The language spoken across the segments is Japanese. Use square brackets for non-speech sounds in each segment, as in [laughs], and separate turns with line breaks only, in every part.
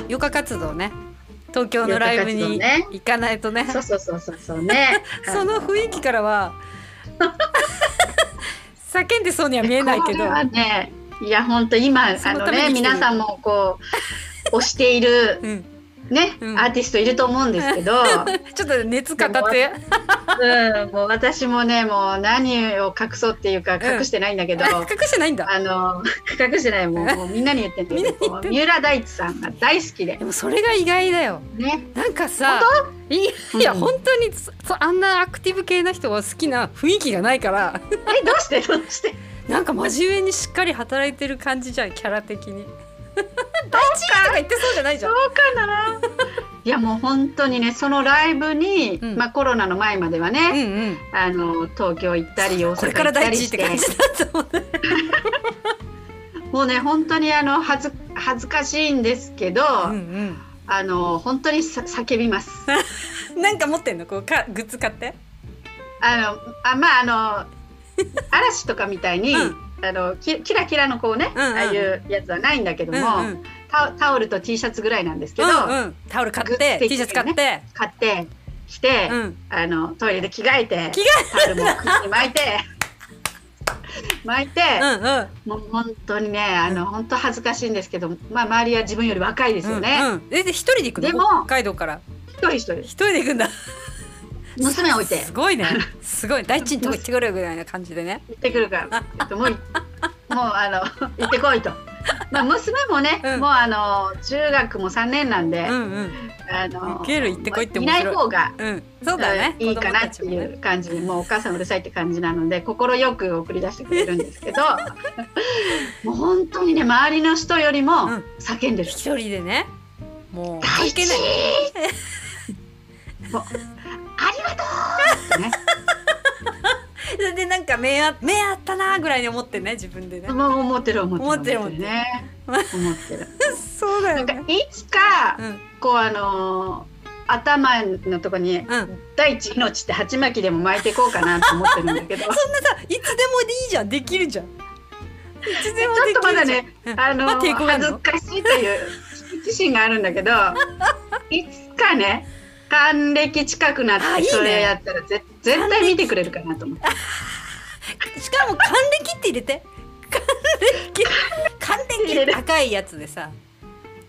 余暇活動ね東京のライブに
余暇活動ね
行かないとね
そうそうそうそうそうね
[laughs] その雰囲気から
[laughs]
は叫んでそうには見えないけ
こ
ど
れはねいや本当今
そ
あ
の
の
ため
ね
に来てる
皆さんもこう推している
うん、
ね、
うん
アーティストいると思うんです
[laughs]
けど、
ちょっと熱語って
うん、もう私もねもう何を隠そうっていうか
ん
隠してないんだけど、
あ隠してないんだ
あの [laughs] 隠してないもうもうみんなに言ってんだけどこう三浦大知さんが大好きで
でもそれが意外だよ
ね
なんかさいやいや
うん
本当にそそあんなアクティブ系な人は好きな雰囲気がないから [laughs]
えどうしてどうして
なんか真面目にしっかり働いてる感じじゃんキャラ的に大地とか言ってそうじゃないじゃん
そうかないやもう本当にねそのライブに、
うん
まあコロナの前までは
うん
ね、
うん
あの東京行ったり大
これ
阪
か
行
ら
った
大
り
地っ
して
て感じだと思う
もうね本当にあの恥ず恥ずかしいんですけど、
うん
あの本当にさ叫びます。 [laughs]
うんなんか持ってんのこうかグッズ買って
あのあまああの嵐とかみたいに、
うん
あのきキラキラのこうね、
うんうん
ああいうやつはないんだけど
うんう
も、
んうん
タタオルと T シャツぐらいなんですけど、
うんタオル買っ
グッ
て
ズ
T シャツ買って
買ってきて、
うん
あのトイレで着替えて
着替
タオルも口に巻いて
[laughs]
巻いて、
うんうん
もう本当にねあの本当恥ずかしいんですけど、まあ、周りは自分より若いですよ
う
ね、
んうんえで一人で行くの
でも
北海道から
一人一人
一人で行くんだ
娘置いて
すごいねすごい大地んとこ行ってくるぐらいな感じでね
行ってくる
[laughs]
から、えっともういもうあの行ってこいと。まあ娘もね、
うん
もうあの中学も三年なんで、
うんうん
あの
ウケる行ってこいって
い
面
な
白い
い方が。
うんそうだね
うんいいかなって
子供たちも
い
ね
う感じで、もうお母さんうるさいって感じなので快く送り出してくれるんですけど [laughs] もう本当にね周りの人よりも
うん
叫んでる
一人でねもう
大
関
地
係ない
もうありがとうってね
それでなんか目あ目あったなーぐらいに思ってね自分でね [laughs]
もう思ってる思ってる
思ってる
ね思
思
ってる
そうだ
な
よ
んか
ね
いつか
うん
こうあのー頭のとこに
うん
「大地命」って鉢巻きでも巻いていこうかなと思ってるんだ
[laughs]
けどちょ
さいつでもいいじゃんできるじゃんいつでも
っ
できるじゃん
とまだね、
うん
あの
まあ
ー
抵抗があ
恥
る
ず
の
かしいという自信があるんだけどいつかね還暦近くなっ
あい
て
いね
それやったらぜ絶対見てくれるかなと思って
しかも還暦って入れて還暦還暦高いやつでさ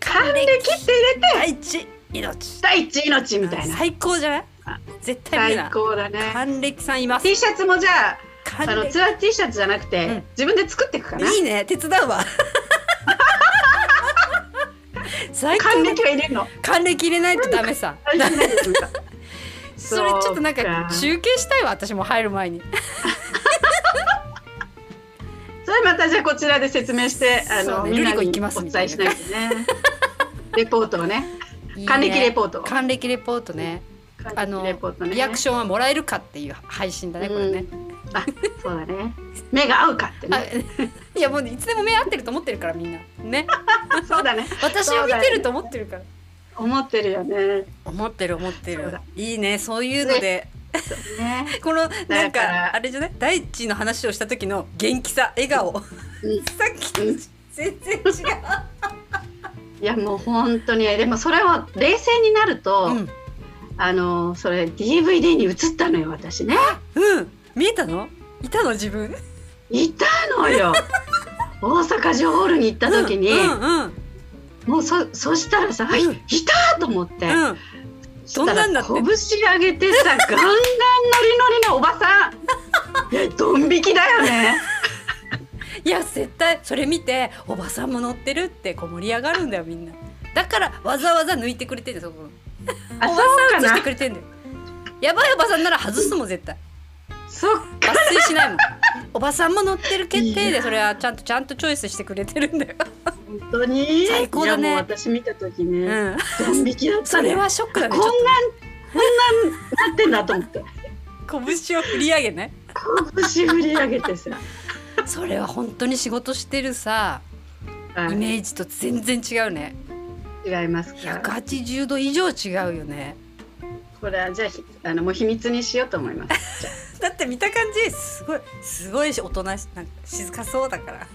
還暦って入れて
第一命
大地命みたいな
最高じゃない
あ
絶対見る
最
な
高だね
還暦さんいます
T シャツもじゃあ
還
あの
暦
ツアー T シャツじゃなくて、
うん
自分で作っていくかない
いね手伝う
[laughs]
わ最高
還暦は入れるの
還暦入れないとダメさ
入れないですか
それちょっとなん
そう
か
か
中継したいわ私も入る前に
それまたじゃあこちらで説明してあ
そう
の、
ね
みんな
ルリコ
に
行きます
お
みた
伝え
い
し
な
ないとね [laughs] レポートをね還暦レ
ー
ポートを
ト還暦レポートねあの
還暦レポートね
リアクションはもらえるかっていう配信だねこれね、
あそうだね目が合うかって
あ
ね
いやもういつでも目合ってると思ってるからみんなね
そうだね
私を見てると思ってるから、
思ってるよね
思ってる思って
そう
る
だ
いいねそういうので
ね
このなん
だから
かあれじゃない第一の話をした時の元気さ笑顔さっきと
うん
全然違う、
いやもう本当にでもそれを冷静になると、
うん、
あのそれ DVD に映ったのよ私ね
うん、見えたのいたの自分
いたの
[laughs]
よ大阪城ホールに行った時に、
うんうんうん
もうそそしたらさ、あい
うん
いたと思って、
うんどんなんだって
そしたら拳上げてさガンガンノリノリのおばさんい
[laughs]
やドン引きだよね
いや絶対それ見ておばさんも乗ってるってこう盛り上がるんだよみんなだからわざわざ抜いてくれてんだよそこお
あそ
ばさ
うか
ん映して
な
くれてんだよやばいおばさんなら外すもん絶対
そっ
抜
か
粋しない [laughs] もんおばさんも乗ってる決定
いや
でそれはちゃんとちゃんとチョイスしてくれてるんだよ、
本当に
最高だね
いやもう私見た時
う
ね、
ん、
ドン引きだった
それ
ね
はショックだね
こ
ち
ん
ょ
な
っ
こんなんなってんだと思って
と拳を振り上げね
拳振り上げてさ、
それは本当に仕事してるさ
は
イ
い
メージと全然違うね
違いますか
180度以上違うよね
これはじゃあひあのもう秘密にしようと思います
だって [laughs] 見た感じすごいすごいし大人しなんか静かそうだから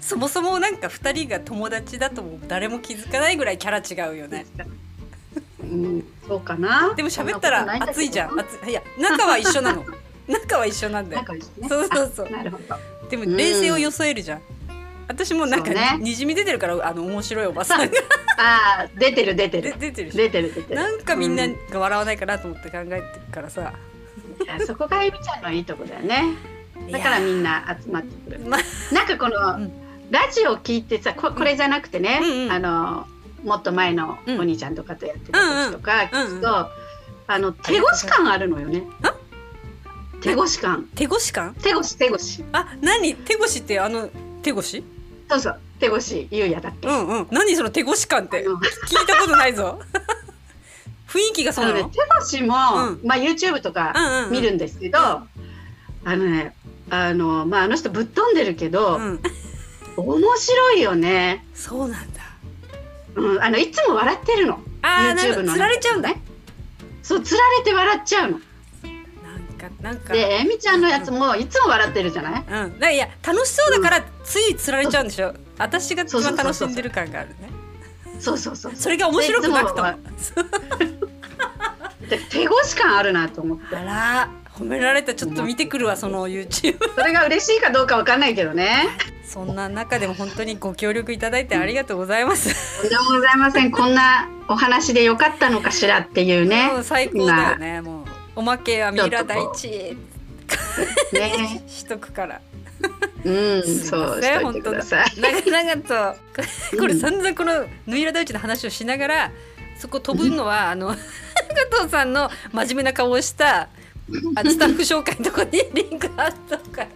そもそもなんか2人が友達だとも誰も気づかないぐらいキャラ違うよね
うん、そうかな。
でも喋ったら熱いじゃん
そなこ
熱いいや中は一緒
[laughs]
なの中は一緒なん
と
だ
ないんだ
よ
けど。仲良しね。
そうそうそう
あなるほど。
でも
うん
冷静を装えるじゃん私もなんか
そうね
にじみ出てるからあの面白いおばさんが
ああ、出てる出て
で
る。
出てるし
出てる出てる。
なんかみんな
う
が笑わないかなと思って考えてるからさ
あそこがエビちゃんのいいとこだよね。だから
い
みんな集まってくる
や。まあ
なんかこの、
うん
ラジオ聞いてさここれじゃなくてね、
うんうん
あのもっと前のお
うん
兄ちゃんとかとやってた時とか聞くと、
うんうんうんうん
あの手越し感あるのよね
あ。
手越し感
手越し感
手越し手越し
あ何手越しってあの手越し
そうそう手越しゆうやだっけ、
うんうん何その手越し感っ
あ
て
の
聞いたことない
[laughs]
ぞ雰囲気がそう
あ
な
の
の
ね、手越しも、
う
まあ、YouTube とか
うんうんうん
見るんですけど、あのねあの,、まあ、あの人ぶっ飛んでるけど、
うん
面白いよね、
そうなんだ
うん、あのいつも笑ってるの
あーな
YouTube
んか
のね
つられちゃうんだなん
そうつられて笑っちゃうの
かなんか
でえみちゃんのやつもいつも笑ってるじゃない
うん、だからいや楽しそうだからついつられちゃうんでしょ、私が一
そう
番
そうそう
楽
そ
し
うん
でる感があるね
そうそうそう
それが面白くなくとも
でいで手越し感あるなと思っ
[laughs]
て
あら褒められたちょっと見てくるわその YouTube
それが嬉しいかどうかわかんないけどね
[laughs] そんな中でも本当にご協力いただいてありがとうございます、
とんでもございませんこんなお話でよかったのかしらっていうね
もう最高だよねもうおまけはミイラ大地
ね
しとくから
うん
すい
そ
ま
う
せん
しといてください
[laughs] 長々とここれ
うん
散々このヌイラ大地の話をしながらそこ飛ぶのはあの加藤さんの真面目な顔をしたあのスタッフ紹介のとこにリンクあったから